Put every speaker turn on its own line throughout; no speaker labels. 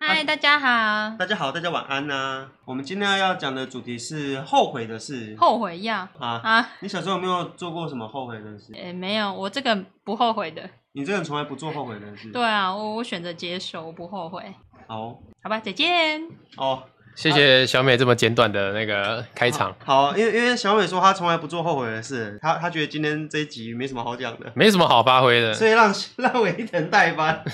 啊
大家好。
大家好，大家晚安呐、我们今天要讲的主题是后悔的事
后悔药
啊。
啊？
你小时候有没有做过什么后悔的事？
呃，没有，我这个不后悔的。
你这个人从来不做后悔的事。
对，啊，我我选择接受，我不后悔。
好
好吧，再见。
哦，
谢谢小美这么简短的那个开场，
好，因为因为小美说她从来不做后悔的事，她她觉得今天这一集没什么好讲的，
没什么好发挥的。
所以让 让韦一腾代 班。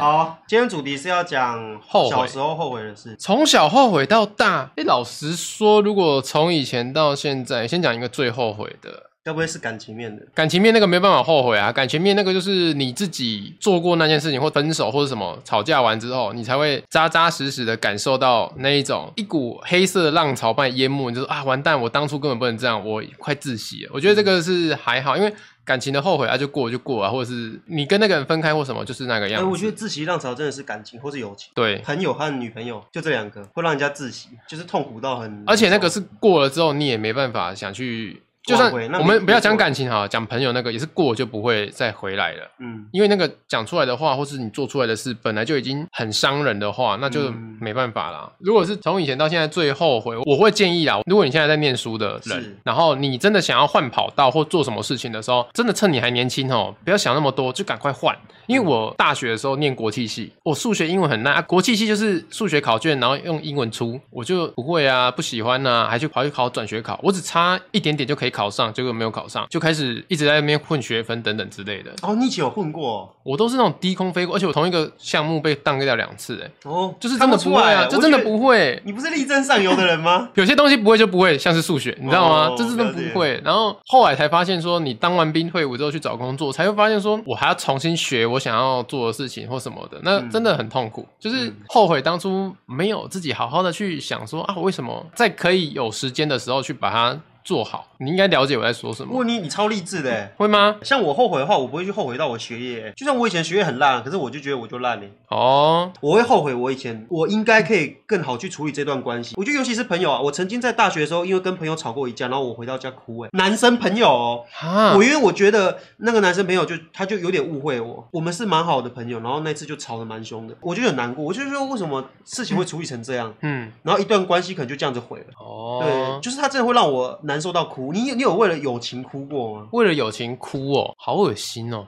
好，今天主题是要讲
后悔
小时候后悔的事。
从小后悔到大，哎，老实说，如果从以前到现在，先讲一个最后悔的。
该不会是感情面的？
感情面那个没办法后悔啊，感情面那个就是你自己做过那件事情，或分手或者什么吵架完之后，你才会扎扎实实的感受到那一种一股黑色的浪潮把你淹没，你就说啊完蛋，我当初根本不能这样，我快窒息了。我觉得这个是还好，因为感情的后悔啊就过就过啊，或者是你跟那个人分开或什么就是那个
哎、
样子。
我觉得自习浪潮真的是感情或是友情。
对，
朋友和女朋友就这两个会让人家窒息，就是痛苦到很。
而且那个是过了之后，你也没办法想去，就算
挽回那
我
没
们不要讲
没错
感情哈，讲朋友那个也是过了就不会再回来了。
嗯，
因为那个讲出来的话，或是你做出来的事，本来就已经很伤人的话，那就
嗯
没办法啦。如果是从以前到现在最后悔，我会建议啦，如果你现在在念书的
是
人，然后你真的想要换跑道或做什么事情的时候，真的趁你还年轻哦，不要想那么多，就赶快换。因
嗯
为我大学的时候念国际系，我数学英文很烂、啊，国际系就是数学考卷，然后用英文出，我就不会啊，不喜欢啊，还去跑去考转学考，我只差一点点就可以考上，结果没有考上，就开始一直在那边混学分等等之类的。
哦，你以前有混过
我都是那种低空飞过，而且我同一个项目被当掉两次、欸，
哦，
就是真的不会
看
啊，
出来
这真的。
我觉得
不会。？
你不是力争上游的人吗
有些东西不会就不会，像是数学，你知道吗？
哦
这真的不
了
会。然后后来才发现说，你当完兵退伍之后去找工作，才会发现说我还要重新学我想要做的事情或什么的，那
嗯
真的很痛苦。就是
嗯
后悔当初没有自己好好的去想说啊，我为什么在可以有时间的时候去把它做好？你应该了解我在说什
不过
么，
你你超励志的欸，
会吗？
像我后悔的话，我不会去后悔到我学业欸。就算我以前学业很烂，可是我就觉得我就烂了。
哦，
我会后悔我以前我应该可以更好去处理这段关系。我觉得尤其是朋友啊，我曾经在大学的时候，因为跟朋友吵过一架，然后我回到家哭哎，男生朋友哦，
哈
我因为我觉得那个男生朋友就他就有点误会我，我们是蛮好的朋友，然后那次就吵得蛮凶的，我就很难过，我就说为什么事情会处理成这样，
嗯，
然后一段关系可能就这样子毁了。对，
哦，
就是他真的会让我难受到哭。你你有为了友情哭过吗？
为了友情哭哦，好恶心哦。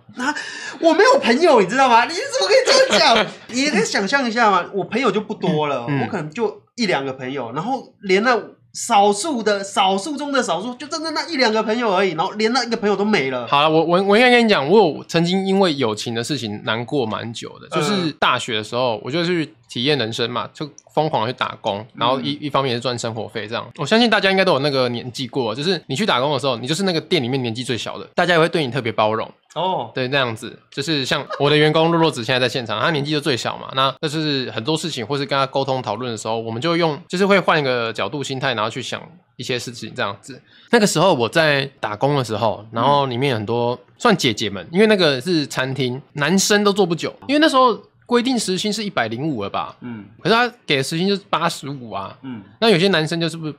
我没有朋友，你知道吗？你怎么可以这样 讲？你可以想象一下嘛，我朋友就不多了，
嗯
我可能就一两个朋友，然后连那少数的少数中的少数，就真的那一两个朋友而已，然后连那一个朋友都没了。
好了，我我我应该跟你讲，我有曾经因为友情的事情难过蛮久的，就是大学的时候，我就去体验人生嘛，就疯狂地去打工，然后一、一方面是赚生活费这样。我相信大家应该都有那个年纪过，就是你去打工的时候，你就是那个店里面年纪最小的，大家也会对你特别包容。
哦，
对，那样子就是像我的员工洛洛子现在在现场，他年纪就最小嘛，那就是很多事情或是跟他沟通讨论的时候，我们就用就是会换一个角度心态，然后去想一些事情这样子。那个时候我在打工的时候，然后里面有很多算姐姐们，因为那个是餐厅，男生都做不久，因为那时候规定时薪是一百零五了吧，
嗯
可是他给的时薪就是八十五啊，
嗯，
那有些男生就是不，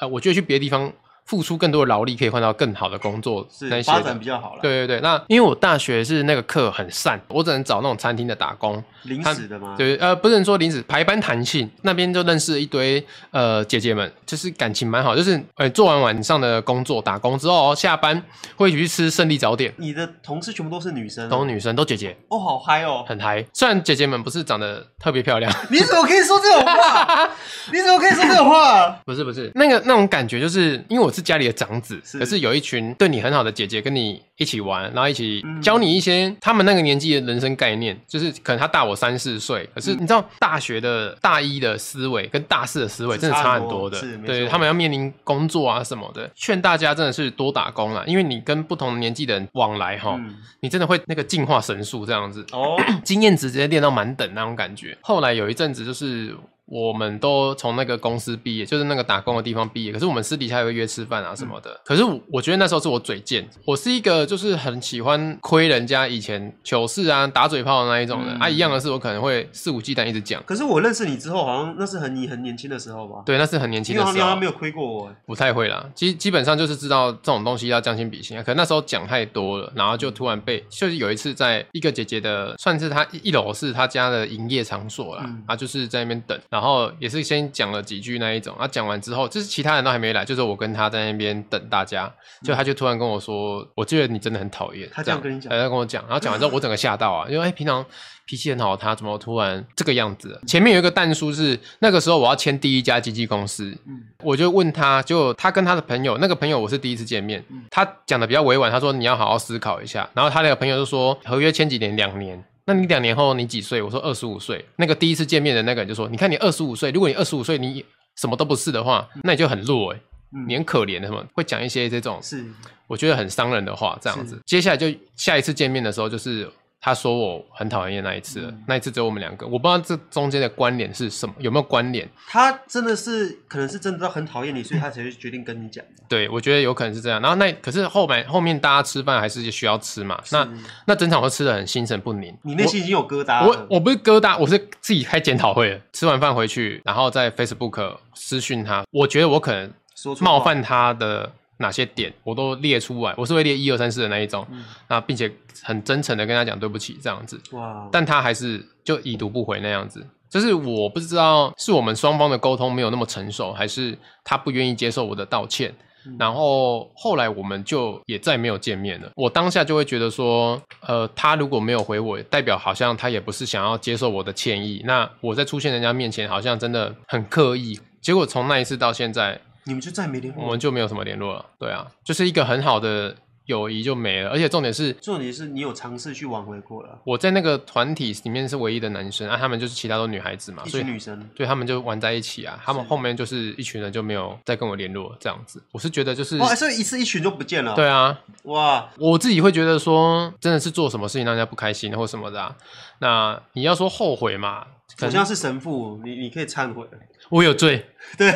呃，我觉得去别的地方付出更多的劳力，可以换到更好的工作，那
是
一些的
发展比较好了。，
对对对，那因为我大学是那个课很散，我只能找那种餐厅的打工。
临时的吗？，
对，呃，不能说临时排班弹性，那边就认识了一堆呃姐姐们，就是感情蛮好，就是呃做完晚上的工作打工之后，哦下班会一起去吃胜利早点，
你的同事全部都是女生啊、
都女生都姐姐，
哦，好嗨哦！
很嗨。虽然姐姐们不是长得特别漂亮，
你怎么可以说这种 话？你怎么可以说这种话？
不是不是，那个那种感觉，就是因为我是家里的长子，
是
可是有一群对你很好的姐姐跟你一起玩，然后一起
嗯
教你一些他们那个年纪的人生概念，就是可能他大我三四岁，可
嗯
是你知道大学的大一的思维跟大四的思维
是
真的
差
差
很
很
多
多的
是，没
对
错
他们要面临工作啊什么的，劝大家真的是多打工啦，因为你跟不同年纪的人往来哈，
嗯，
你真的会那个进化神速这样子，
哦，
经验值直接练到满等那种感觉。后来有一阵子就是。我们都从那个公司毕业，就是那个打工的地方毕业，可是我们私底下也会约吃饭啊什么的。
嗯
可是我我觉得那时候是我嘴贱，我是一个就是很喜欢亏人家以前糗事啊、打嘴炮的那一种人、
嗯
啊，一样的事我可能会肆无忌惮一直讲。
可是我认识你之后，好像那是很你很年轻的时候吧？
对，那是很年轻
因
的
为
时
好像你好
候，
像没有亏过我。
不太会啦，基基本上就是知道这种东西要将心比心啊。可能那时候讲太多了，然后就突然
嗯
被，就是有一次在一个姐姐的，算是她一一楼是她家的营业场所啦，
嗯
啊，就是在那边等，然后也是先讲了几句那一种，啊，讲完之后就是其他人都还没来，就是我跟她在那边等大家，就她就突然跟我说，我觉得你真的很讨厌，
嗯她这样跟你讲
她跟我讲，然后讲完 之后我整个吓到啊，因为哎平常脾气很好，他怎么突然这个样子了？前面有一个蛋叔是那个时候我要签第一家经纪公司，
嗯
我就问他，就他跟他的朋友，那个朋友我是第一次见面，
嗯
他讲的比较委婉，他说你要好好思考一下。然后他那个朋友就说合约签几年？两年。那你两年后你几岁？我说二十五岁。那个第一次见面的那个人就说，你看你二十五岁，如果你二十五岁你什么都不是的话，那你就很弱哎、
嗯
你很可怜的什么，会讲一些这种
是
我觉得很伤人的话，这样子
是。
接下来就下一次见面的时候，就是他说我很讨厌那一次了，
嗯
那一次只有我们两个，我不知道这中间的关联是什么，有没有关联？
他真的是可能是真的很讨厌你，所以他才会决定跟你讲的。
对，我觉得有可能是这样。然后那可是后面后面大家吃饭还是需要吃嘛，那
是
那整场都吃的很心神不宁。
你内心已经啊有疙瘩
我
了。
我不是疙瘩，我是自己开检讨会了。吃完饭回去，然后在 Facebook 私讯他，我觉得我可能
说出话
冒，犯他的哪些点，我都列出来，我是会列一二三四的那一种，
嗯
那并且很真诚的跟他讲对不起这样子，
哇！
但他还是就已读不回那样子。就是我不知道是我们双方的沟通没有那么成熟，还是他不愿意接受我的道歉。
嗯
然后后来我们就也再没有见面了。我当下就会觉得说，呃，他如果没有回我，代表好像他也不是想要接受我的歉意。那我在出现人家面前，好像真的很刻意。结果从那一次到现在，
你们就再没联
我
络
们。就没有什么联络了。对啊，就是一个很好的友谊就没了。而且重点是
重点是你有尝试去挽回过了，
我在那个团体里面是唯一的男生，啊，他们就是其他都女孩子嘛，
一
啊所以
群女生。
对他们就玩在一起啊。他们后面就是一群人就没有再跟我联络这样子。我是觉得就是
哇，所以一次一群就不见了。
对，啊，
哇，
我自己会觉得说，真的是做什么事情让人家不开心或什么的、啊。那你要说后悔嘛，
好
可能
像是神父，你你可以忏悔了，
我有罪，对，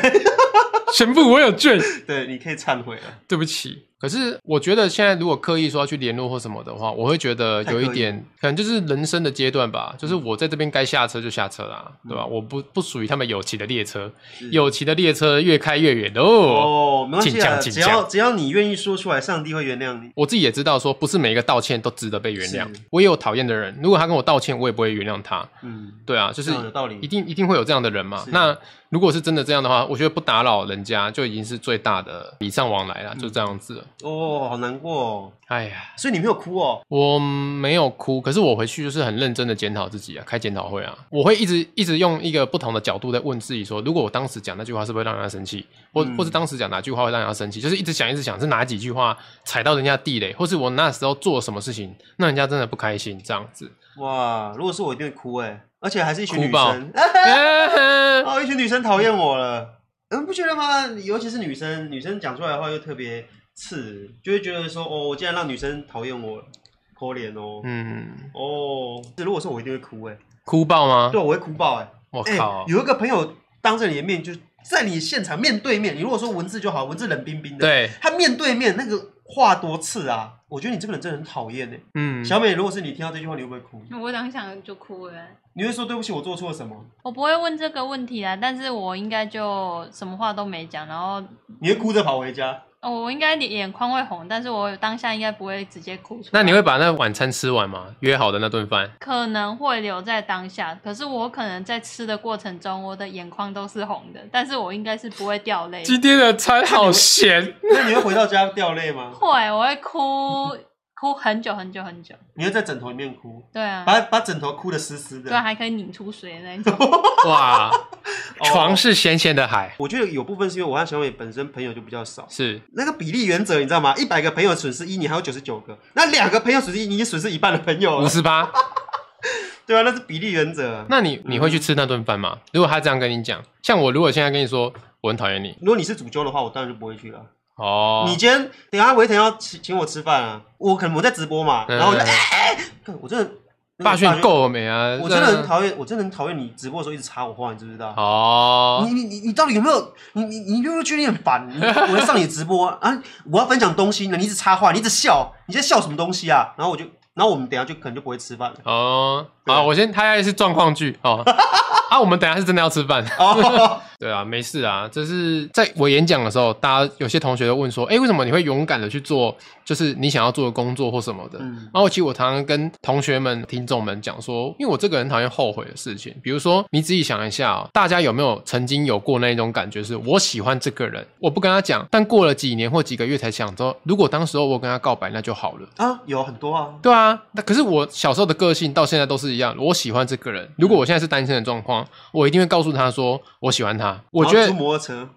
全部我有罪，
对，你可以忏悔了。
对不起。可是我觉得现在如果刻意说要去联络或什么的话，我会觉得有一点，可能就是人生的阶段吧，就是我在这边该下车就下车啦，
嗯
对吧？我不不属于他们有骑的列车，
是
有骑的列车越开越远哦。
哦，没关系啊，
请讲请
只
讲
要只要你愿意说出来，上帝会原谅你。
我自己也知道，说不是每一个道歉都值得被原谅
是。
我也有讨厌的人，如果他跟我道歉，我也不会原谅他。
嗯，
对啊，就是
这样有道理
一定一定会有这样的人嘛
是。
那如果是真的这样的话，我觉得不打扰人家就已经是最大的礼尚往来了，
嗯
就这样子了。
哦，好难过哦。
哎呀，
所以你没有哭哦。
我没有哭，可是我回去就是很认真的检讨自己啊，开检讨会啊，我会一直一直用一个不同的角度在问自己说，如果我当时讲那句话是不是会让人家生气，或、
嗯
或是当时讲哪句话会让人家生气，就是一直想一直想是哪几句话踩到人家地雷，或是我那时候做什么事情让人家真的不开心这样 子。
哇，如果是我一定会哭哎，而且还是一群
哭
女
爆
生。
哎
哦，一群女生讨厌我了，嗯，不觉得吗？尤其是女生，女生讲出来的话又特别刺，就会觉得说，哦，我竟然让女生讨厌我了，可怜哦，
嗯，
哦，如果说我一定会哭哎、
哭爆吗？
对，我会哭爆哎、
啊我
哎、
靠！
有一个朋友当着你的面，就在你现场面对面，你如果说文字就好，文字冷冰冰的，，
对，
他面对面那个话多刺啊，我觉得你这个人真的很讨厌哎。
嗯，
小美，如果是你听到这句话，你会不会哭？
我当场就哭了。
你会说对不起，我做错了什么？
我不会问这个问题啊，但是我应该就什么话都没讲，然后
你会哭着跑回家？
哦我应该眼眶会红，但是我当下应该不会直接哭出来。
那你会把那晚餐吃完吗？约好的那顿饭，
可能会留在当下，可是我可能在吃的过程中，我的眼眶都是红的，但是我应该是不会掉泪。
天的餐好咸。
那你会回到家掉泪吗？
会，我会哭哭很久很久很久。
你会在枕头里面哭，
对啊，
把把枕头哭得湿湿的。
对啊，还可以拧出水的那种。
哇，
哦
床是咸咸的海，
我觉得有部分是因为我和小美本身朋友就比较少，
是
那个比例原则你知道吗？一百个朋友损失一，你还有九十九个，那两个朋友损失一，你已经损失一半的朋友
五
了。
十八。
对啊，那是比例原则。啊
那你你会去吃那顿饭吗？如果他这样跟你讲，像我如果现在跟你说我很讨厌你，
如果你是主揪的话，我当然就不会去了。
哦，
你今天等一下维腾要请请我吃饭啊，我可能我在直播嘛，
嗯
然后我就哎哎，干我真的那个
霸炫够了没啊？
我真的很
厌。
讨厌，我真的很讨厌你直播的时候一直插我话，你知不知道？
哦，
你你你你到底有没有？你你你有没有觉得你很烦？你我在上你直播啊， 我要分享东西呢，你一直插话，你一直笑，你在笑什么东西啊？然后我就，然后我们等一下就可能就不会吃饭了。
哦，
对
好，我先大概是状况剧 哦。啊，我们等一下是真的要吃饭。
哦，
对啊，没事啊，这是在我演讲的时候，大家有些同学都问说，哎，为什么你会勇敢的去做，就是你想要做的工作或什么的？
嗯
然后其实我常常跟同学们、听众们讲说，因为我这个人讨厌后悔的事情。比如说，你仔细想一下、哦，大家有没有曾经有过那一种感觉是，我喜欢这个人，我不跟他讲，但过了几年或几个月才想说，如果当时候我跟他告白，那就好了。
啊，有很多啊，
对啊，那可是我小时候的个性到现在都是一样。我喜欢这个人，如果我现在是单身的状况，我一定会告诉他说我喜欢他。我觉
然后
得
租摩托车，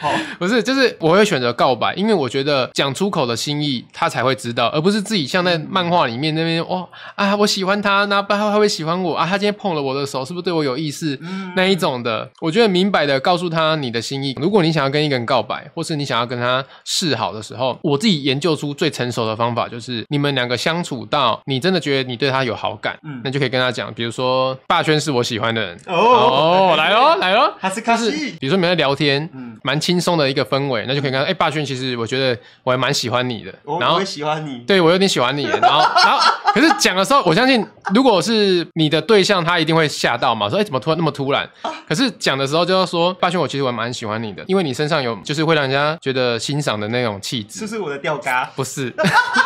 好，
不是，就是我会选择告白，因为我觉得讲出口的心意，他才会知道，而不是自己
嗯
像在漫画里面那边哇、啊，我喜欢他，那不然他会喜欢我啊，他今天碰了我的手，是不是对我有意思？
嗯
那一种的，我觉得明白的告诉他你的心意。如果你想要跟一个人告白，或是你想要跟他示好的时候，我自己研究出最成熟的方法就是，你们两个相处到你真的觉得你对他有好感，
嗯
那就可以跟他讲，比如说霸轩是我喜欢的人，
哦
哦，来喽来喽，
他是卡
就是
西，
比如说你们在聊天，
嗯，
蛮轻松的一个氛围，那就可以跟他，哎、霸轩，其实我觉得我还蛮喜欢你的，
我
然
我
后
会。喜欢你，
对，我有点喜欢你的，然后，然后，可是讲的时候，我相信，如果是你的对象，他一定会吓到嘛，说，哎，怎么突然那么突然？
啊
可是讲的时候就要说，霸轩，我其实我还蛮喜欢你的，因为你身上有就是会让人家觉得欣赏的那种气质
是不，是我的吊嘎？
不是，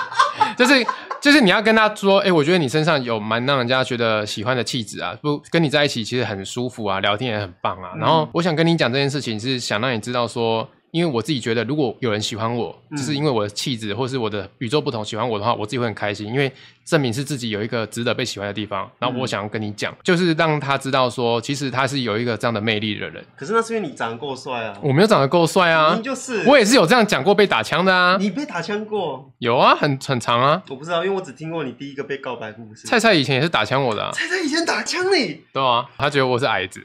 就是就是你要跟他说，哎、我觉得你身上有蛮让人家觉得喜欢的气质啊，不跟你在一起其实很舒服啊，聊天也很棒啊。然后我想跟你讲这件事情，是想让你知道说。因为我自己觉得，如果有人喜欢我，
嗯
就是因为我的气质或是我的与众不同喜欢我的话，我自己会很开心，因为证明是自己有一个值得被喜欢的地方。然后我想要跟你讲，就是让他知道说，其实他是有一个这样的魅力的人。
可是那是因为你长得够帅啊，
我没有长得够帅啊
你，就是，
我也是有这样讲过被打枪的啊，
你被打枪过，
有啊，很很长啊。
我不知道，因为我只听过你第一个被告白故事。
菜菜以前也是打枪我的、啊，
菜菜以前打枪你，
对啊，他觉得我是矮子，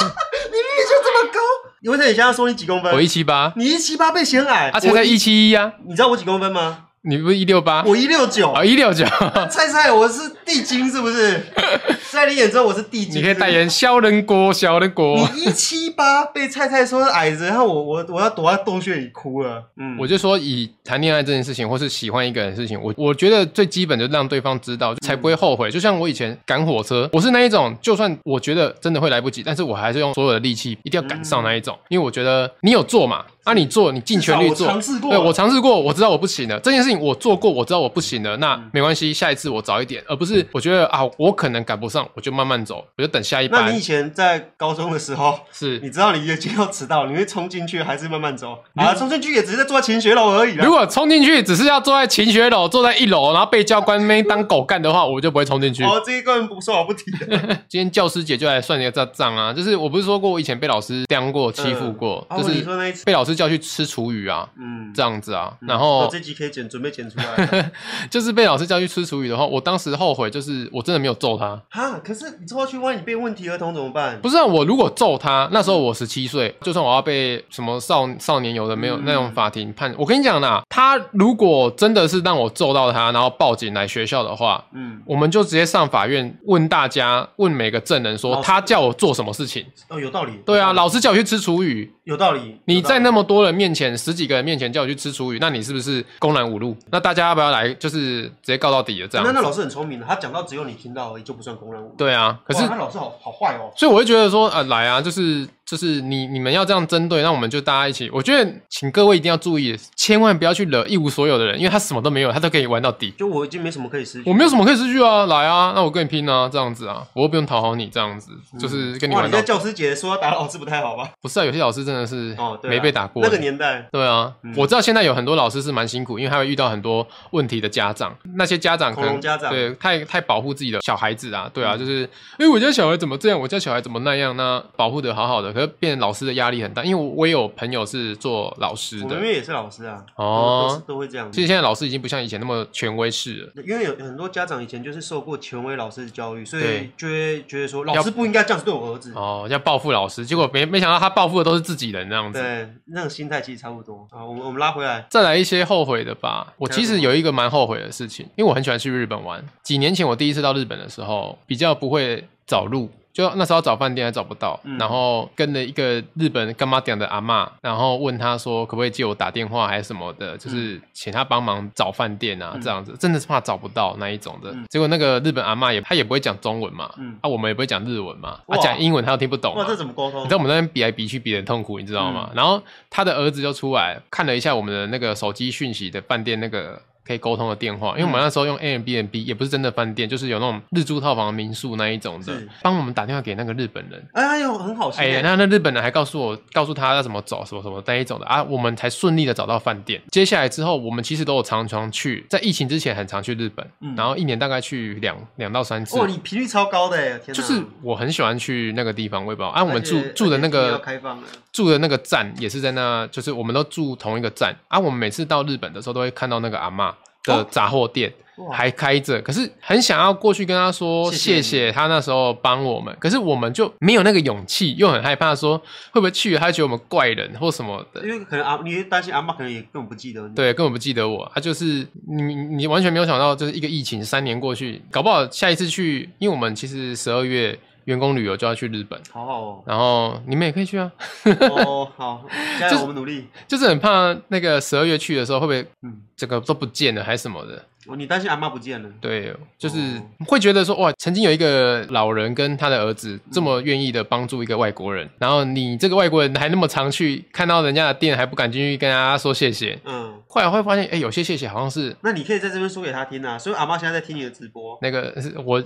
你就这么高？有人以前要说你几公分？
我一七八，
你一七八被嫌矮，
啊，菜菜
呃我
一七一啊，
你知道我几公分吗？
你不是一六八，
我一六九。
啊一六 九，
菜菜，我是地精是不是？ 在你眼中我是地精。
你可以代
是
言小人国，小人
不
国
是。。你一七八被菜菜说是矮子，然后我我我要躲在洞穴里哭了。嗯，
我就说，以谈恋爱这件事情，或是喜欢一个人的事情，我我觉得最基本就让对方知道，才不会后悔。就像我以前赶火车，我是那一种，就算我觉得真的会来不及，但是我还是用所有的力气一定要赶上那一种，因为我觉得你有做嘛，啊，你做，你尽全力
嗯至少
做
我，尝试过。
对我尝试过，我知道我不行了。这件事情我做过，我知道我不行了。那
嗯
没关系，下一次我早一点，而不是我觉得啊，我可能赶不上，我就慢慢走，我就等下一
那
班
你以。前在高中的时候，
是，
你知道你已经要迟到，你会冲进去还是慢慢走？啊，冲进去也只是在坐在勤学楼而已啦
如。果冲进去只是要坐在勤学楼，坐在一楼，然后被教官妹当狗干的话，我就不会冲进去。
哦，这一根本不算我不提的。
今天教师节就来算一个账账啊，就是我不是说过我以前被老师刁过、欺负过，
哦，
就
你
是
说那一次，
被老师叫去吃厨余啊，
嗯，
这样子啊，
嗯
然后
哦这集可以剪，准备剪出来 了。
就是被老师叫去吃厨余的话，我当时后悔，就是我真的没有揍他。
哈，可是你之后去万一变问题儿童怎么办？
不是、啊、我，如果揍他，那时候我十七岁，就算我要被什么少少年有的没有
嗯
那种法庭判，我跟你讲啦，他如果真的是让我揍到他，然后报警来学校的话，
嗯，
我们就直接上法院问大家，问每个证人
老
说
师
他叫我做什么事情。
哦，有道理。
对
有
啊，
道理
老师叫我去吃厨余，
有道理。
你在
有道
那么多人面前，十几个人面前叫我去吃厨余，那你是不是公然侮辱？那大家要不要来，就是直接告到底了这
理哎那那
样？
老师很聪明的，他讲到只有你听到而已，就不算公然侮辱。
对啊，可是
哇那老师好好坏哦。
所以我会觉得说，啊，来啊，就是就是你你们要这样针对，那我们就大家一起。我觉得，请各位一定要注意，千万不要去惹一无所有的人，因为他什么都没有，他都可以玩到底。
就我已经没什么可以失去。
我没有什么可以失去啊，来啊，那我跟你拼啊，这样子啊，我又不用讨好你，这样子就是跟你
哇，
玩
你
到
在
底。
教师节说要打老师不太好 吧？
不是啊，有些老师真的是
哦，对啊，
没被打过
那
的。
个年代，
对啊，
嗯
我知道现在有很多老师是蛮辛苦，因为他会遇到很多问题的家长，那些家长可
恐
能
龙家长
对太太保护自己的小孩子啊，对啊，
嗯
就是哎、诶我家小孩怎么这样，我家小孩怎么那样，那保护的好好的，可是变老师的压力很大，因为我我也有朋友是做老师
我
的
们因为也是老师啊，
哦
都是都会这样子
其实。现在老师已经不像以前那么权威式了，
因为有有很多家长以前就是受过权威老师的教育，所以
对
就会觉得说
要
老师不应该这样子对我儿子。
哦，要报复老师，结果没没想到他报复的都是自己人这样子。
对，那种心态其实差不多啊。我们我们拉回来，
再来一些后悔的吧。我
还有
其
什
实
么
有一个蛮后悔的事情，因为我很喜欢去日本玩。几年前我第一次到日本的时候，比较不会找路，就那时候找饭店还找不到，
嗯
然后跟了一个日本干妈店的阿嬷，然后问她说可不可以借我打电话还是什么的，就是请她帮忙找饭店啊、
嗯
这样子，真的是怕找不到那一种的。
嗯
结果那个日本阿嬷也她也不会讲中文嘛，
嗯
啊我们也不会讲日文嘛，啊
哇
讲英文她又听不懂啊嘛
哇，这怎么沟通
你知道？我们在那边比来比去，比得很痛苦，你知道
嗯
吗？然后他的儿子就出来看了一下我们的那个手机讯息的饭店那个可以沟通的电话，因为我们
嗯
那时候用 Airbnb 也不是真的饭店，就是有那种日租套房、民宿那一种的
是，
帮我们打电话给那个日本人。
哎呦，很好心
哎、
欸。
那那日本人还告诉我，告诉他要怎么走，什么什么那一种的啊，我们才顺利的找到饭店。接下来之后，我们其实都有常常去，在疫情之前很常去日本，
嗯哦
然后一年大概去两两到三次。
哇，你频率超高的哎，天哪！
就是我很喜欢去那个地方，我也不知道。啊，我们
而且
住住的那
而且
个
要开放了啊
住的那个站也是在那，就是我们都住同一个站啊。我们每次到日本的时候，都会看到那个阿嬷的
哦
杂货店、
哇
还开着，可是很想要过去跟她说
谢谢
谢
你
谢，她那时候帮我们，可是我们就没有那个勇气，又很害怕说会不会去了她觉得我们怪人或什么的
因。为可能阿，你会担心阿妈可能也根本不记得你。
对，根本不记得我，她就是你，你你完全没有想到，就是一个疫情三年过去，搞不好下一次去，因为我们其实十二月员工旅游就要去日本，，
好好哦
然后你们也可以去啊。
哦好，加
就
油，
是
我们努力。
就是很怕那个十二月去的时候会不会
嗯，
整个都不见了还是什么的。
哦你担心阿妈不见了，
对，就是
哦嗯
会觉得说哇，曾经有一个老人跟他的儿子这么愿意的帮助一个外国人，然后你这个外国人还那么常去看到人家的店还不敢进去跟大家说谢谢，
嗯，
后来会发现哎，有些谢谢好像是
那你可以在这边说给他听啊。所以阿妈现在在听你的直播，
那个是 我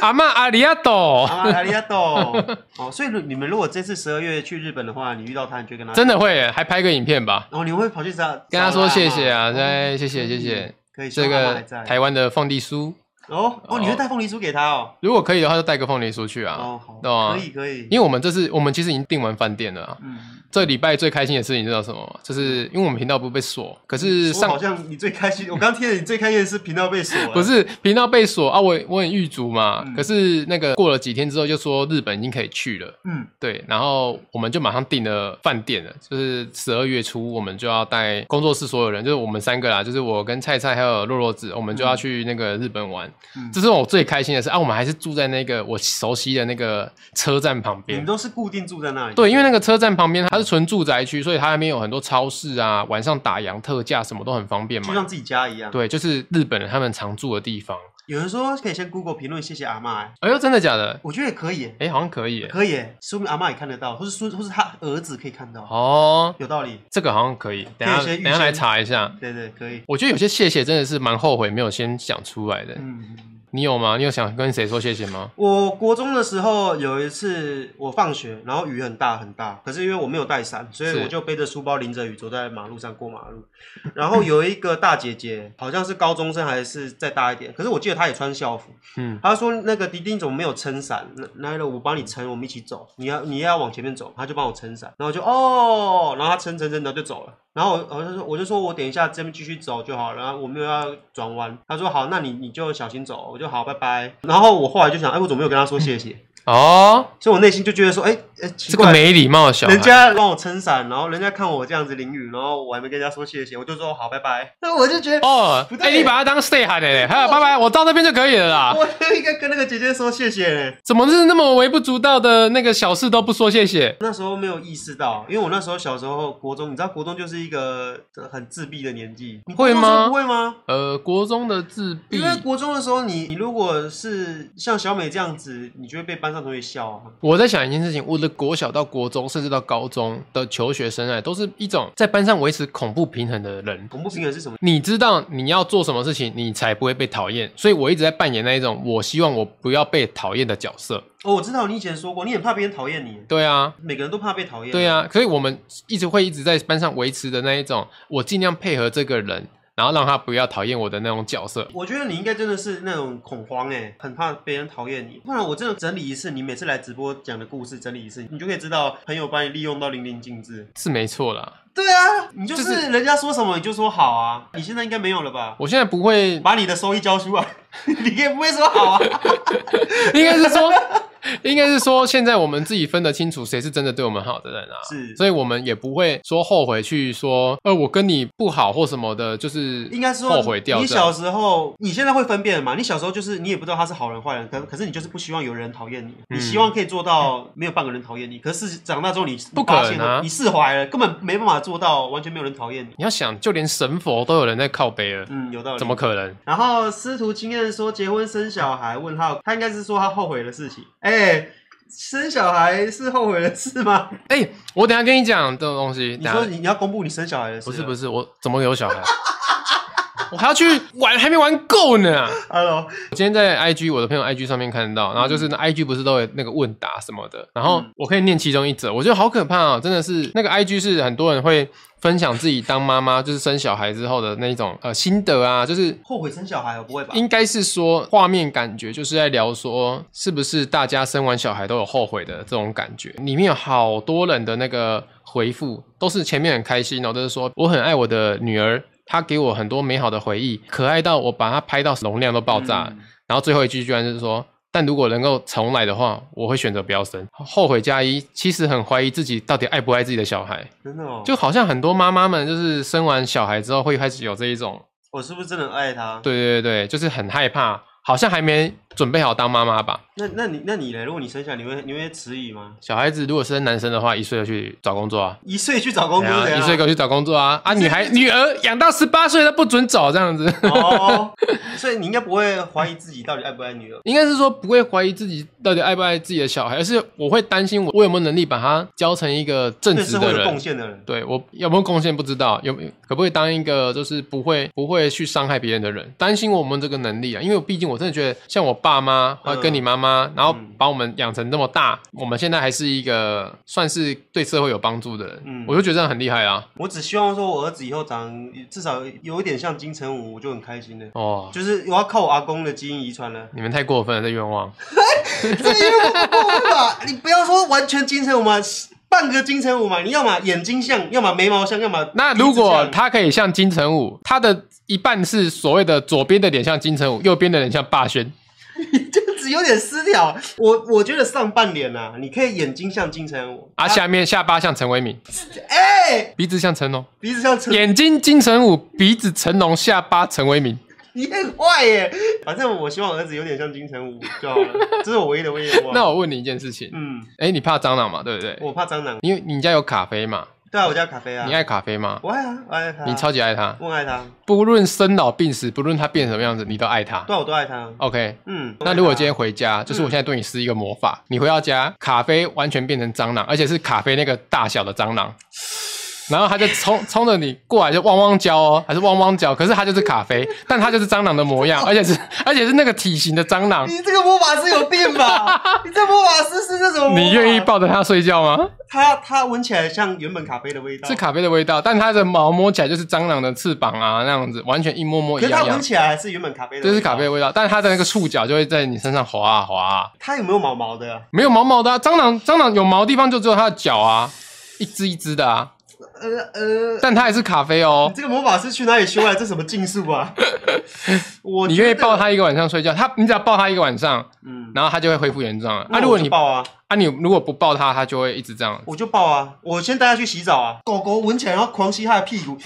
阿嬷阿里亚斗，
阿阿里亚多哦，所以如你们如果这次十二月去日本的话，你遇到他，你就跟他哦
真的会还拍个影片吧，
然后你会跑去找
跟他说谢谢，啊，
找他吗
哎谢谢谢谢，，
可以，希
这
望他还
个
在
台湾的放地酥，
哦哦，你会
哦
带凤梨酥给他哦，
如果可以的话就带个凤梨酥去啊，
哦好，
懂啊
可以可以，
因为
为
我们这次我们其实已经订完饭店了、啊。
嗯，
这礼拜最开心的事情知道什么吗？就是因为我们频道不被锁，可是
我嗯好
上
像你最开心， 我刚听了你最开心的是频道被锁了，
不是频道被锁啊，我我很狱卒嘛。
嗯
可是那个过了几天之后，就说日本已经可以去了，
嗯，
对，然后我们就马上订了饭店了，就是十二月初我们就要带工作室所有人，就是我们三个啦，就是我跟菜菜还有洛洛子，我们就要去那个日本玩。
嗯
这是我最开心的事啊！我们还是住在那个我熟悉的那个车站旁
你
边
们，都是固定住在那里，
对，因为那个车站旁边它是纯住宅区，所以它那边有很多超市啊，晚上打烊特价什么都很方便
就
嘛。
像自己家一样。
对，就是日本人他们常住的地方。
有人说可以先 Google 评论谢谢阿妈，哎
哎呦，真的假的？
我觉得也可以耶，
哎、好像可以耶。
可以耶，说明阿妈也看得到，或是孙，或是他儿子可以看到，
哦，
有道理。
这个好像可以。等一下
可以先预
等一下来
先
查一下。
对对，可以。
我觉得有些谢谢真的是蛮后悔没有先讲出来的。
嗯。
你有吗？你有想跟谁说谢谢吗？
我国中的时候有一次，我放学，然后雨很大很大，可是因为我没有带伞，所以
是
我就背着书包淋着雨走在马路上过马路。然后有一个大姐姐，好像是高中生还是再大一点，可是我记得她也穿校服。
嗯，
她说那个迪丁怎么没有撑伞？来了，我帮你撑，我们一起走。你要你要往前面走，她就帮我撑伞，然后我就哦，然后她撑撑撑，然后就走了。然后我我就说我就说我等一下这边继续走就好了，然后我没有要转弯。她说好，那你你就小心走，我就好，拜拜。然后我后来就想，哎，我怎么没有跟她说谢谢？
哦，
所以我内心就觉得说，哎、哎，奇
这个
怪，
没礼貌的小孩。
人家让我撑伞，然后人家看我这样子淋雨，然后我还没跟人家说谢谢，我就说好，拜拜。那我就觉得，
哦，
不
哎、
对
你把他当 stay 喊的嘞，还有拜拜，我到那边就可以了啦。
我就应该跟那个姐姐说谢谢嘞。
怎么是那么微不足道的那个小事都不说谢谢？
那时候没有意识到，因为我那时候小时候国中，你知道国中就是一个呃很自闭的年纪，你
会
国
吗
中的时候不会吗？
呃，国中的自闭
因，为国中的时候你，你如果是像小美这样子，你就会被班上同学笑啊。
我在想一件事情，我的国小到国中，甚至到高中的求学生涯，都是一种在班上维持恐怖平衡的人。
恐怖平衡是什么？
你知道你要做什么事情，你才不会被讨厌，所以我一直在扮演那一种我希望我不要被讨厌的角色。
哦，我知道你以前说过，你很怕别人讨厌你，
对啊，
每个人都怕被讨厌。
对啊，所以我们一直会一直在班上维持的那一种，我尽量配合这个人，然后让他不要讨厌我的那种角色。
我觉得你应该真的是那种恐慌哎、很怕别人讨厌你。不然我真的整理一次，你每次来直播讲的故事整理一次，你就可以知道朋友把你利用到淋漓尽致。
是没错啦，
对啊，你就
就是是
人家说什么你就说好啊。你现在应该没有了吧？
我现在不会，
把你的收益交出来， 你也不会说好 啊。
应该是说，应该是说，现在我们自己分得清楚谁是真的对我们好的人啊，
是
所以我们也不会说后悔去说，呃，我跟你不好或什么的，就是
应该说
后悔掉
你
这样
小时候，你现在会分辨嘛？你小时候就是你也不知道他是好人坏人，可可是你就是不希望有人讨厌你，你
嗯
希望可以做到没有半个人讨厌你。可是长大之后你
不
你发
可
现
能啊
了你释怀了，根本没办法做到完全没有人讨厌你。
你要想，就连神佛都有人在靠背了，
嗯，有道理。
怎么？可能？
然后师徒经验说结婚生小孩，问号，他应该是说他后悔的事情。哎、生小孩是后悔的事吗？
哎、我等一下跟你讲这种东西，
你
等一
说
下
你你要公布你生小孩的事？
不是不
是
是，我怎么有小孩？我还要去玩，还没玩够呢。啊
，Hello，
我今天在 IG 我的朋友 IG 上面看到，然后就是那 IG 不是都有那个问答什么的，然后
嗯
我可以念其中一则，我觉得好可怕哦，真的是那个 IG 是很多人会分享自己当妈妈，就是生小孩之后的那一种呃心得啊，就是
后悔生小孩哦，不会吧？
应该是说画面感觉就是在聊说是不是大家生完小孩都有后悔的这种感觉，里面有好多人的那个回复都是前面很开心哦，都是说我很爱我的女儿。她给我很多美好的回忆，可爱到我把她拍到容量都爆炸。
嗯
然后最后一句居然就是说，但如果能够重来的话，我会选择不要生。后悔加一，其实很怀疑自己到底爱不爱自己的小孩，
真的哦，
就好像很多妈妈们就是生完小孩之后会开始有这一种，
我是不是真的爱他？
对对对，就是很害怕，好像还没准备好当妈妈吧。
那那你那你嘞？如果你生下来，你会你会迟疑吗？
小孩子如果生男生的话，一岁就去找工作啊，
一岁去找工作
对
的
啊一岁
个
就去找工作啊，啊，
一岁
女孩女儿养到十八岁都不准走这样子。
哦，所以你应该不会怀疑自己到底爱不爱女儿。
应该是说不会怀疑自己到底爱不爱自己的小孩，而是我会担心我我有没有能力把他教成一个正
对
直
社
的
会有
人
贡，献的人，
对我有没有贡献不知道，有可不可以当一个就是不会不会去伤害别人的人？担心我们这个能力啊，因为我毕竟我真的觉得像我爸妈，还有跟你妈妈，然后把我们养成这么大，我们现在还是一个算是对社会有帮助的人，
嗯
我就觉得这样很厉害啊！
我只希望说我儿子以后长至少有一点像金城武，我就很开心了。
哦，
就是我要靠我阿公的基因遗传
，
了
你们太过分了，这愿望。
这个有点过分吧？你不要说完全金城武嘛，半个金城武嘛，你要么眼睛像，要么眉毛像，要么
那
鼻子
如果
像
他可以像金城武，他的一半是所谓的左边的脸像金城武，右边的脸像霸轩，
就是有点失调。我我觉得上半脸啊，你可以眼睛像金城武，
啊，下面下巴像陈为民，
哎、
鼻子像成龙，
鼻子像陈
眼睛金城武，鼻子成龙，下巴陈为民。
你很坏耶！反正我希望儿子有点像金城武就好 了，这是我唯一的愿望。
那我问你一件事情，
嗯，
哎，你怕蟑螂嘛？对不对？
我怕蟑螂。
因为你家有咖啡嘛，
对啊，我叫咖啡啊。
你爱咖啡吗？
我爱啊，我爱他。
你超级爱它，
我爱他，
不论生老病死，不论它变什么样子，你都爱它。
对啊，我都爱他。
OK，
嗯，
那如果今天回家，就是我现在对你施一个魔法，你回到家，咖啡完全变成蟑螂，而且是咖啡那个大小的蟑螂，然后它就冲冲着你过来，就汪汪叫哦，还是汪汪叫，可是它就是咖啡，但它就是蟑螂的模样，而且是而且是那个体型的蟑螂，
你这个魔法师有病 吧？你这魔法师是那种
你愿意抱着它睡觉吗？
他？他闻起来像原本咖啡的味道，
是咖啡的味道，但它的毛摸起来就是蟑螂的翅膀啊，那样子完全一摸摸
可
一
是他
样
闻
样。
起来还是原本咖啡的。
这是咖啡的。味道，但它的那个触角就会在你身上滑啊滑啊，
他有没有毛毛的啊？
没有毛毛的、啊、蟑螂，蟑螂有毛的地方就只有它的脚啊，一只一只的啊，
呃呃，
但它还是咖啡哦
你。这个魔法师去哪里修来？这什么禁术 啊？我
你
觉
愿意
得
抱？它一个晚上睡觉，它你只要抱它一个晚上，
嗯，
然后它就会恢复原状了。
那
啊，如果
我就
你
抱啊，
啊你如果不抱它，它就会一直这样。
我就抱啊，我先带它去洗澡啊。狗狗闻起来，然后狂吸它的屁股，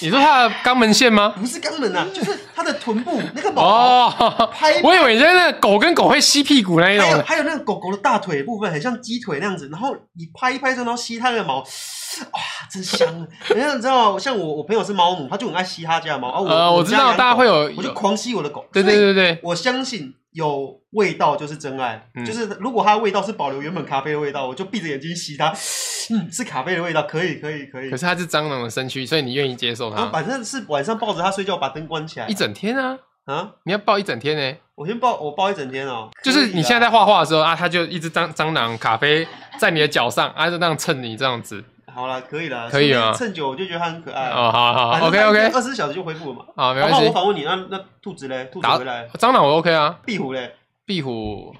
你说它的肛门腺吗？
不是肛门 啊，就是它的臀部那个毛，
哦
拍，
我以为你在那个狗跟狗会吸屁股那一
还有
种。
还有那个狗狗的大腿部分，很像鸡腿那样子。然后你拍一拍之后，然后吸它的毛， 哇，真香啊！你知道吗，像我我朋友是猫奴，他就很爱吸他家的毛啊。我
呃，我知道大家会
有，
有，
我就
有
狂吸我的狗。
对对
所以
对对，
我相信有味道就是真爱，
嗯
就是如果它的味道是保留原本咖啡的味道，我就闭着眼睛吸它， 嗯，是咖啡的味道，可以可以可以
可。是它是蟑螂的身躯，所以你愿意接受
然后
它
反正是晚上抱着它睡觉，把灯关起来
一整天啊？
啊！
你要抱一整天呢、
我先抱，我抱一整天哦。
就是
可以
你
啦
现啊在在画画的时候啊，它就一只蟑蟑螂咖啡在你的脚上，啊就那样蹭你这样子，
好啦，可以啦，
可以啊
说不定趁久我就觉得它很可爱。
哦，好好好，OK OK，
二十四小时就恢复了嘛。
好，没
好
关
不好？我
系。
反问你，那那兔子嘞？兔子
打
回来，
蟑螂我 OK 啊，
壁虎嘞？
壁虎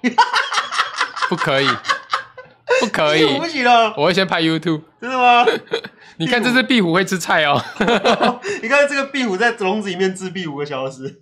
不可以，不可以
壁，虎不行了，
我会先拍 YouTube。
真的吗？
你看这只壁虎会吃菜哦。
你看这个壁虎在笼子里面自闭五个小时。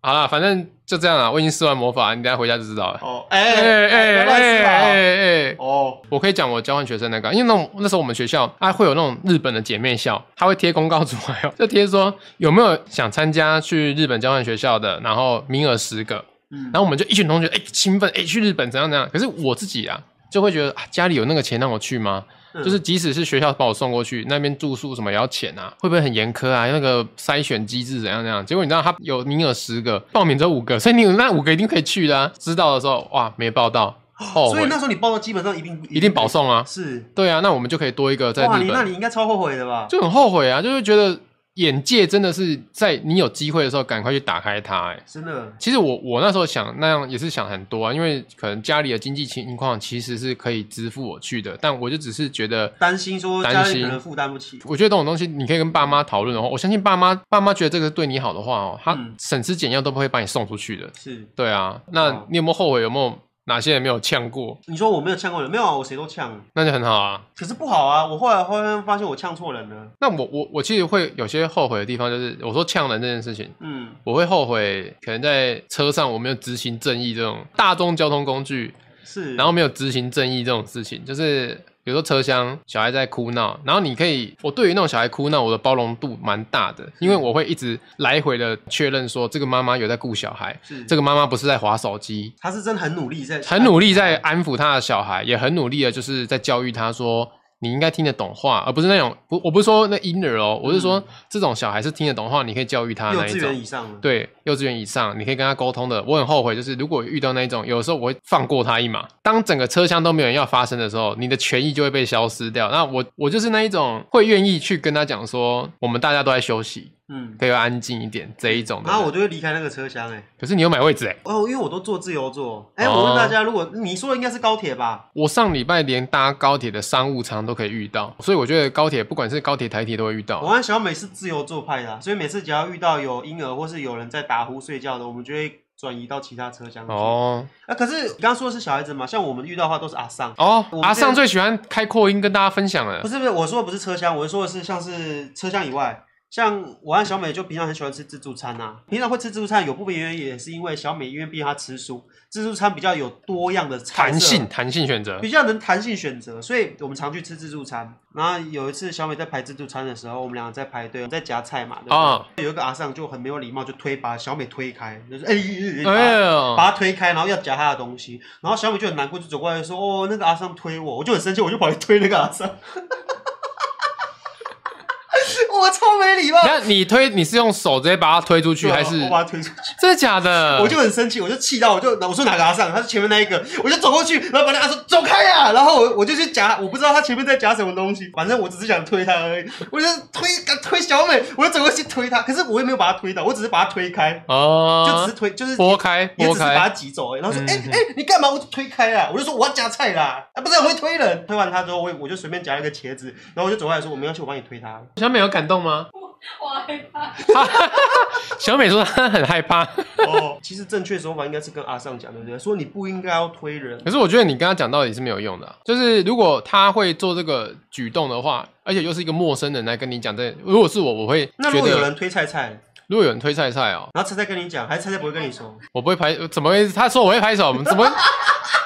好啦，反正就这样啦，我已经试完魔法，你等一下回家就知道了。
哦，
哎
哎
哎哎
哎，乱
哎
吃啊！
哎！
哦，
我可以讲我交换学生那个，因为那种那时候我们学校啊会有那种日本的姐妹校，他会贴公告出来哦，就贴说有没有想参加去日本交换学校的，然后名额十个，
嗯
然，后我们就一群同学哎、兴奋哎、去日本怎样怎样，可是我自己啊就会觉得啊家里有那个钱让我去吗？
嗯
就是即使是学校把我送过去，那边住宿什么也要钱啊，会不会很严苛啊？那个筛选机制怎样怎样？结果你知道他有名额十个，报名只有五个，所以你有那五个一定可以去的、啊。知道的时候哇没报到，后
哦所以
悔
那时候你报到基本上一定
一定保。送啊。
是，
对啊，那我们就可以多一个在
哇，
日
你那
本，
你应该超后悔的吧？
就很后悔啊，就是觉得眼界真的是在你有机会的时候赶快去打开它、欸。
真的，
其实我我那时候想那样也是想很多啊，因为可能家里的经济情况其实是可以支付我去的，但我就只是觉得
担心说家
担心
里可能负担不起。
我觉得这种东西你可以跟爸妈讨论的话，我相信爸妈爸妈觉得这个对你好的话哦，他
嗯
省吃俭用都不会把你送出去的。
是，
对啊，那
哦
你有没有后悔？有没有哪些人没有呛过？
你说我没有呛过人，没有啊，我谁都呛，
那就很好啊。
可是不好啊。我后来后来发现我呛错人了。
那我我我其实会有些后悔的地方，就是我说呛人这件事情，
嗯，
我会后悔，可能在车上我没有执行正义这种大众交通工具，
是。
然后没有执行正义这种事情，就是比如说车厢小孩在哭闹，然后你可以，我对于那种小孩哭闹，我的包容度蛮大的，因为我会一直来回的确认说这个妈妈有在顾小孩，
是
这个妈妈不是在划手机，
他是真的很努力在，
很努力在安抚他的小孩，也很努力的就是在教育他说。你应该听得懂话，而不是那种不，我不是说那婴儿哦，我是说、这种小孩是听得懂话，你可以教育他
嗯
的
幼
啊那一
稚
种
园。以上了。
对，幼稚园以上，你可以跟他沟通的。我很后悔，就是如果遇到那一种，有时候我会放过他一马。当整个车厢都没有人要发生的时候，你的权益就会被消失掉。那我我就是那一种会愿意去跟他讲说，我们大家都在休息，
嗯，
可以安静一点这一种的
然啊后我
人。
就会离开那个车厢，哎，
可是你有买位置哎、
哦，因为我都坐自由座。哎，
哦
我问大家，如果你说的应该是高铁吧？
我上礼拜连搭高铁的商务舱都可以遇到，所以我觉得高铁不管是高铁、台铁都会遇
我
到。
和小美是自由座派的啊，所以每次只要遇到有婴儿或是有人在打呼睡觉的，我们就会转移到其他车厢去。
哦
啊，可是你刚刚说的是小孩子嘛，像我们遇到的话都是阿桑。
哦
我，们
阿
这样
尚最喜欢开扩音跟大家分享了
不。是不是，我说的不是车厢，我说的是像是车厢以外，像我和小美就平常很喜欢吃自助餐啊。平常会吃自助餐有部分原因也是因为小美，因为毕竟她吃素，自助餐比较有多样的菜色
弹性，弹性选择
比较能弹性选择，所以我们常去吃自助餐。然后有一次小美在排自助餐的时候，我们两个在排队，我们在夹菜嘛，对不对？
啊，
有一个阿尚就很没有礼貌，就推把小美推开，就是哎、哎哎哎
哎呦，
把他推开，然后要夹他的东西，然后小美就很难过，就走过来说：“哦，那个阿尚推我。”我就很生气，我就跑去推那个阿尚， 我超没礼貌。
那你推你是用手直接把它推出去，还是
啊
呃
我把他推出去，
真的假的？
我就很生气，我就气到我就我说哪个阿尚，他是前面那一个，我就走过去，然后把那阿尚走开呀、然后我我就去夹，我不知道他前面在夹什么东西，反正我只是想推他而已，我就推敢推小美，我就走过去推他，可是我也没有把他推倒，我只是把他推开，就
哦
只是，推，就是
拨开
也
拨
只是把他
开，
挤走而已。然后说：“
嗯
哎哎、你干嘛？”我就推开啊啦，我就说我要夹菜啦，啊，不是很会推人。推完他之后，我也我就随便夹了一个茄子，然后我就走过来说：“我没关系，我帮你推他。
小美有感动 吗？
我害怕。
小美说她很害怕，”
哦， 其实正确手法应该是跟阿尚讲，对不对？说你不应该要推人
可。是我觉得你跟她讲道理是没有用的啊、就是如果她会做这个举动的话，而且又是一个陌生人来跟你讲这，如果是我，我会
那
觉
如果有
得
人推菜菜，
如果有人推菜菜哦，
然后菜菜跟你讲，还是菜菜不会跟你说？
我不会拍，怎么会？她说我会拍手，怎么会？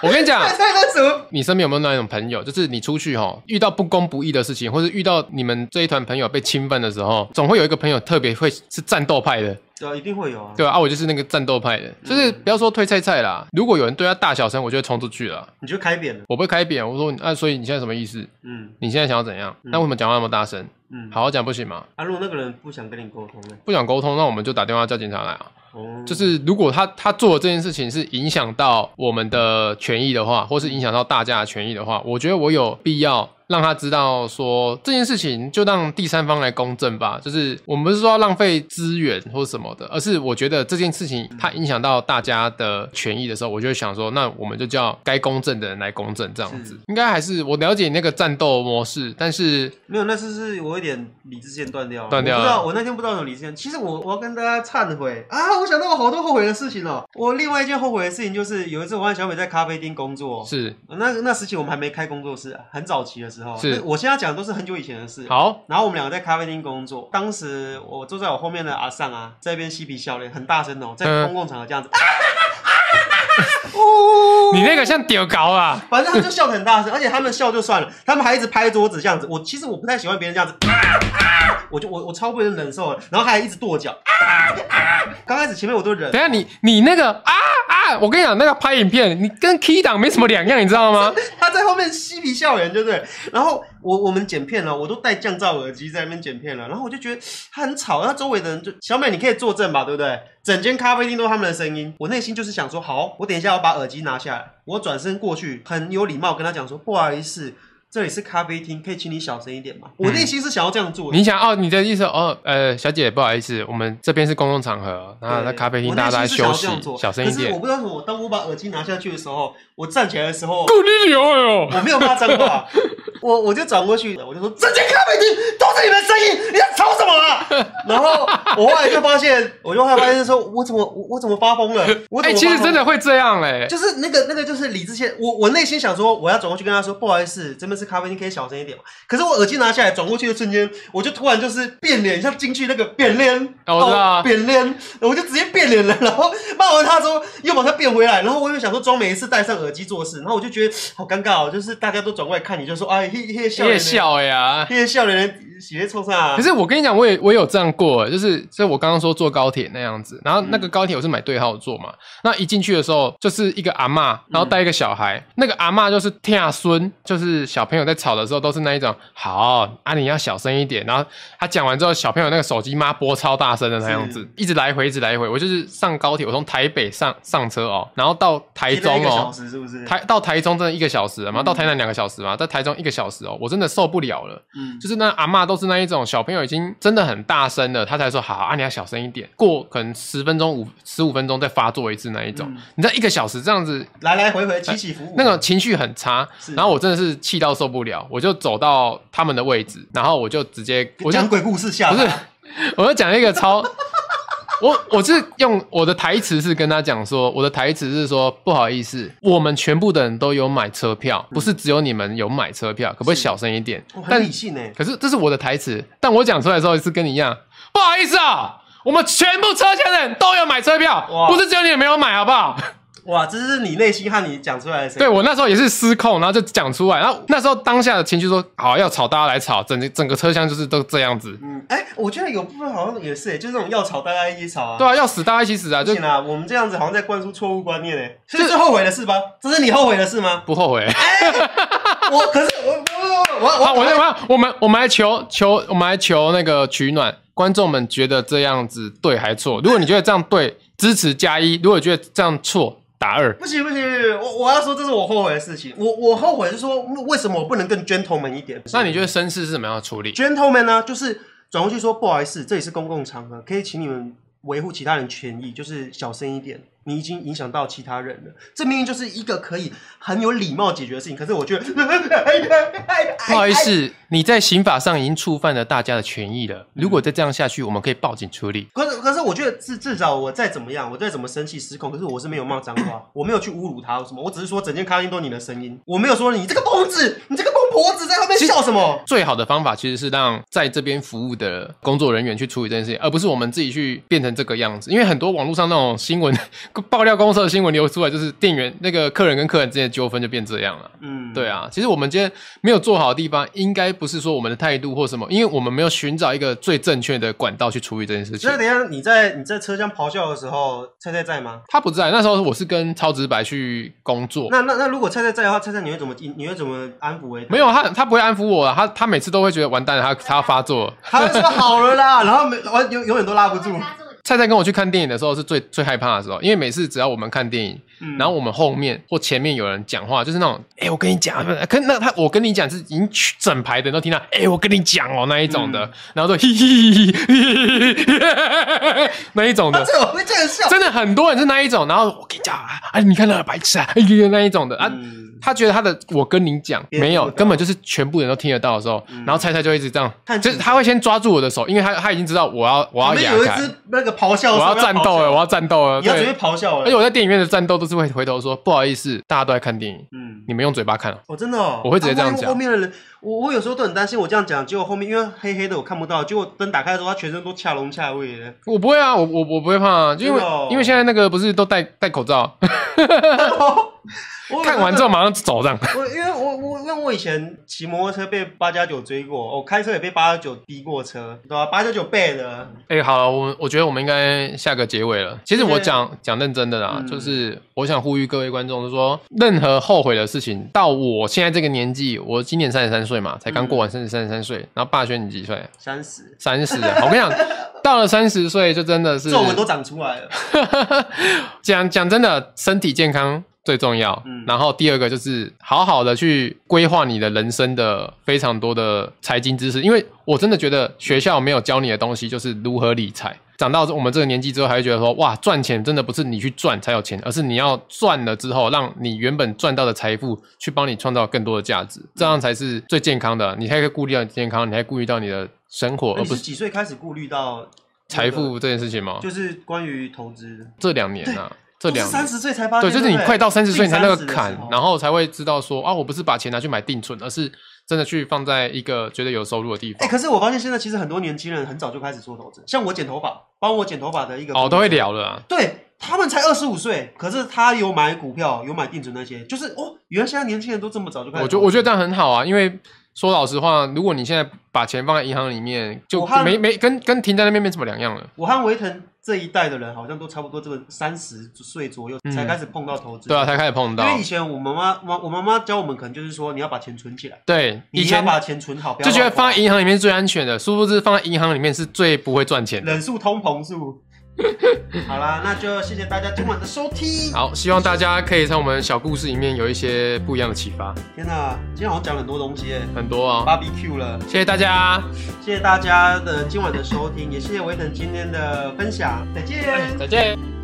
我跟你讲
菜，菜那什么？
你身边有没有那种朋友，就是你出去哈、遇到不公不义的事情，或者遇到你们这一团朋友被侵犯的时候，总会有一个朋友特别会是战斗派的，
对啊，一定会有啊。
对啊，啊我就是那个战斗派的，就是不要说推菜菜啦，如果有人对他大小声，我就会冲出去了，
你就开扁了。
我不会开扁，我说啊，所以你现在什么意思？
嗯
你现在想要怎样？那为什么讲话那么大声？
嗯。
好好讲不行吗？
啊，如果那个人不想跟你沟通呢？
不想沟通，那我们就打电话叫警察来啊。
哦，
就是如果他他做的这件事情是影响到我们的权益的话，或是影响到大家的权益的话，我觉得我有必要让他知道说这件事情就让第三方来公证吧。就是我们不是说要浪费资源或什么的，而是我觉得这件事情它影响到大家的权益的时候，我就会想说，那我们就叫该公证的人来公证，这样子
是
应该还是我了解你那个战斗模式，但是
没有，那次是我有点理智线断掉了，
断掉
我不
了
知道，我那天不知道有理智线。其实我我要跟大家忏悔啊，我想到我好多后悔的事情哦。我另外一件后悔的事情就是有一次我和小美在咖啡厅工作，
是
那那时期我们还没开工作室啊，很早期的时候。
是
那我现在讲的都是很久以前的事。
好，
然后我们两个在咖啡厅工作，当时我坐在我后面的阿尚啊，在一边嬉皮笑脸，很大声哦，在
嗯
公共场合这样子，啊啊啊啊啊啊呜
你那个像屌搞啊。
反正他们就笑得很大声，而且他们笑就算了，他们还一直拍桌子这样子。我其实我不太喜欢别人这样子，啊啊、我就我我超不能忍受了，然后还一直跺脚，啊啊、刚开始前面我都忍
等，一下你你那个啊啊，我跟你讲，那个拍影片，你跟 key 档没什么两样，你知 道吗？
他在后面嬉皮笑脸，对不对？然后我我们剪片了，我都戴降噪耳机在那边剪片了，然后我就觉得他很吵，那周围的人就小美，你可以作证吧，对不对？整间咖啡厅都是他们的声音，我内心就是想说，好，我等一下要把耳机拿下来，我转身过去，很有礼貌跟他讲说，不好意思。这里是咖啡厅，可以请你小声一点
嗯
吗？我内心是想要这样做的。
你想哦，你的意思哦，呃，小姐不好意思，我们这边是公共场合，然后在
对
啊咖啡厅
我
大家都在
内心是想要
休息
这样，做
小声一
可是
点
我。不知道为什么，当我把耳机拿下去的时候，我站起来的时候，
够你牛哟！
我没有骂脏话，我我就转过去，我就说整间咖啡厅都是你们的声音，你在吵什么啊？ 然后我后来就发现，我就后来发现说，我怎么我我怎么发疯了？我怎么发疯了
哎、其实真的会这样哎、
就是那个那个就是理智线，我我内心想说，我要转过去跟他说，不好意思，这边是咖啡厅，可以小声一点嘛。可是我耳机拿下来，转过去的瞬间，我就突然就是变脸，像进去那个变脸，
哦我知道啊
变脸，我就直接变脸了。然后骂完他之后，又把他变回来，然后我又想说装每一次戴上耳机做事，然后我就觉得好尴尬哦，就是大家都转过来看你，就说哎，嘿嘿笑
你也
脸，，
笑哎呀、
嘿笑脸，斜冲上啊
可。是我跟你讲，我也我也有这样过欸，就是就是我刚刚说坐高铁那样子，然后那个高铁我是买对号座嘛，那一进去的时候就是一个阿嬷，然后带一个小孩，
嗯
那个阿嬷就是听孙，就是小朋友在吵的时候都是那一种，好啊你要小声一点，然后他讲完之后，小朋友那个手机妈播超大声的那样子
是，
一直来回一直来回，我就是上高铁，我从台北上上车哦，然后到台
接待一
中
个
哦
小，时嗯是不是？
台到台中真的一个小时了嘛，到台南两个小时嘛，在台中一个小时哦，我真的受不了了。
嗯，
就是那阿嬷都是那一种小朋友已经真的很大声了，她才说好啊，你要小声一点。过可能十分钟五十五分钟再发作一次那一种，
嗯
你知道一个小时这样子，
来来回回起起伏伏，
那个情绪很差。
是
然后我真的是气到受不了，我就走到他们的位置，然后我就直接我就
讲鬼故事吓
不
他
是， 我就讲一个超， 我我是用我的台词是跟他讲说，我的台词是说不好意思，我们全部的人都有买车票，不是只有你们有买车票，可不可以
是
小声一点
我？
但
很理性哎。
可是这是我的台词，但我讲出来的时候是跟你一样，不好意思啊，我们全部车厢的人都有买车票，
哇
不是只有你没有买，好不好？
哇，这是你内心和你讲出来的声
对
音。
我那时候也是失控，然后就讲出来，然后那时候当下的情绪说，好要吵，大家来吵，整整个车厢就是都这样子，
嗯，哎、我觉得有部分好像也是、哎，就这种要吵大家一起吵啊。
对啊，要死大家一起死啊，
不
就
行啊，我们这样子好像在灌输错误观念哎、所以是后悔的事吧？这是你后悔的事吗？
不后悔。
我可是我我我 哎我
好，我我我我们我们来求求我们来求那个取暖，观众们觉得这样子对还错？如果你觉得这样对，支持加一；如果觉得这样错，打二。
不行不行，不行我我要说这是我后悔的事情。我我后悔是说为什么我不能更 gentleman 一点？
那你觉得绅士是怎么样的处理？
gentleman 呢、就是转过去说不好意思，这里是公共场合，可以请你们维护其他人权益，就是小声一点。你已经影响到其他人了，这明明就是一个可以很有礼貌解决的事情。可是我觉得，
不好意
哎
思，你在刑法上已经触犯了大家的权益
嗯
了。如果再这样下去，我们可以报警处理。
可是可是我觉得至至少我再怎么样，我再怎么生气失控，可是我是没有骂脏话，我没有去侮辱他或什么，我只是说整间咖啡厅都你的声音，我没有说你这个疯子，你这个疯婆子在那边笑什么。
最好的方法其实是让在这边服务的工作人员去处理这件事情，而不是我们自己去变成这个样子。因为很多网络上那种新闻 爆料公社的新闻流出来，就是店员那个客人跟客人之间的纠纷就变这样了。
嗯，
对啊，其实我们今天没有做好的地方，应该不是说我们的态度或什么，因为我们没有寻找一个最正确的管道去处理这件事情
所以。等一下你在你在车厢咆哮的时候，菜菜在吗？
他不在，那时候我是跟超直白去工作，
那那那如果菜菜在的话，菜菜你会怎么你会怎么安抚为？
没有他，他不会安抚我啊，他他每次都会觉得完蛋了，他他要发作了。
他会说好了啦，然后没完永永远都拉不住。
他是我
菜菜跟我去看电影的时候是最最害怕的时候，因为每次只要我们看电影，
嗯
然后我们后面或前面有人讲话，就是那种，哎、我跟你讲，可那他我跟你讲是已经整排的人都听到，哎、我跟你讲哦那一种的，然后都嘿嘿嘿嘿嘿，那一种 的，
这我会这样笑。
真的很多人是那一种，然后我跟你讲啊，啊你看那个白痴啊，哎呦那一种的啊。
嗯
他觉得他的我跟你讲
别人听
没有，
不到嗯
根本就是全部人都听得到的时候，然后菜菜就一直这样
看，
就是他会先抓住我的手，因为他他已经知道我要我
旁
要
边
压
有一
开，
只那个咆哮兽，
我要战斗了，我
要咆哮
要战斗了，
你要准备
对。哎
咆哮
而且
了。
我在电影院的战斗都是会回头说不好意思，大家都在看电影，
嗯，
你们用嘴巴看啊。
我真的哦，
我会直接这样
啊万一
讲
后面的人，我我有时候都很担心，我这样讲，结果后面因为黑黑的我看不到，结果灯打开的时候，他全身都恰龙恰位的。
我不会啊，我我我不会怕啊，就因为、
真的哦
因为现在那个不是都戴戴 口罩，
我有
看完之后马上走这样。
我因为我我因为我以前骑摩托车被八加九追过，我开车也被八加九逼过车，对吧？八加九背的，
哎、好了，我我觉得我们应该下个结尾了。其实我
就是
讲讲认真的啦，
嗯
就是我想呼吁各位观众，就是说任何后悔的事情，到我现在这个年纪，我今年三十三岁嘛，才刚过
嗯
完生日，三十三岁。然后霸轩你几岁？
三十，
三十啊！我跟你讲，到了三十岁就真的是
皱纹都长出来了。
哦讲讲真的，身体健康最重要。
嗯
然后第二个就是好好的去规划你的人生的非常多的财经知识，因为我真的觉得学校没有教你的东西就是如何理财。长到我们这个年纪之后，还会觉得说，哇，赚钱真的不是你去赚才有钱，而是你要赚了之后，让你原本赚到的财富去帮你创造更多的价值，这样才是最健康的。你才可以顾虑到你健康，你还顾虑到你的生活，而
你
不
哎是
是
几岁开始顾虑到
财富这件事情吗？
就是关于投资？
这两年啊，这两年
三十岁才发
对，
现，
就是
不
你快到三十岁才那个坎，
近30的时候
然后才会知道说啊，我不是把钱拿去买定存，而是真的去放在一个觉得有收入的地
哎、
方。
可是我发现现在其实很多年轻人很早就开始做投资，像我剪头发，帮我剪头发的一个
哦，都会聊了啊。
对他们才二十五岁，可是他有买股票，有买定存那些，就是哦，原来现在年轻人都这么早就开始投
我觉
资。
得我觉得这样很好啊，因为说老实话，如果你现在把钱放在银行里面，就
我看
没没跟跟停在那边没什么两样了。
我和维腾这一代的人好像都差不多这个三十岁左右
嗯
才开始碰到投资。
对啊，才开始碰
因
到
为以。前我妈妈妈我妈妈教我们，可能就是说你要把钱存起来，
对，以
你要
前
把钱存好，不要
就觉得
乱花
放在银行里面是最安全的，殊不知放在银行里面是最不会赚钱的。
人数通膨 数。好啦，那就谢谢大家今晚的收听。
好，希望大家可以从我们小故事里面有一些不一样的启发，
天哪，今天好像讲了很多东西耶
很多啊、哦。
，barbecue 了。
谢谢大家，
谢谢大家的今晚的收听，也谢谢维腾今天的分享，再见。
再见。